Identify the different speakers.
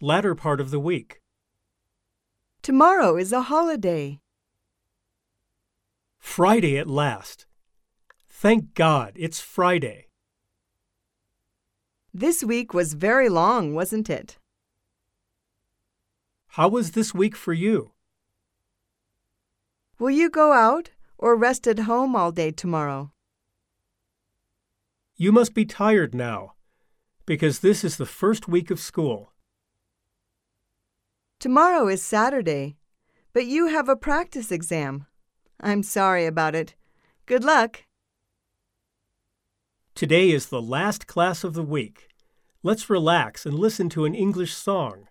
Speaker 1: Latter part of the week.
Speaker 2: Tomorrow is a holiday.
Speaker 1: Friday at last. Thank God, it's Friday.
Speaker 2: This week was very long, wasn't it?
Speaker 1: How was this week for you?
Speaker 2: Will you go out or rest at home all day tomorrow?
Speaker 1: You must be tired now, because this is the first week of school.
Speaker 2: Tomorrow is Saturday, but you have a practice exam. I'm sorry about it. Good luck.
Speaker 1: Today is the last class of the week. Let's relax and listen to an English song.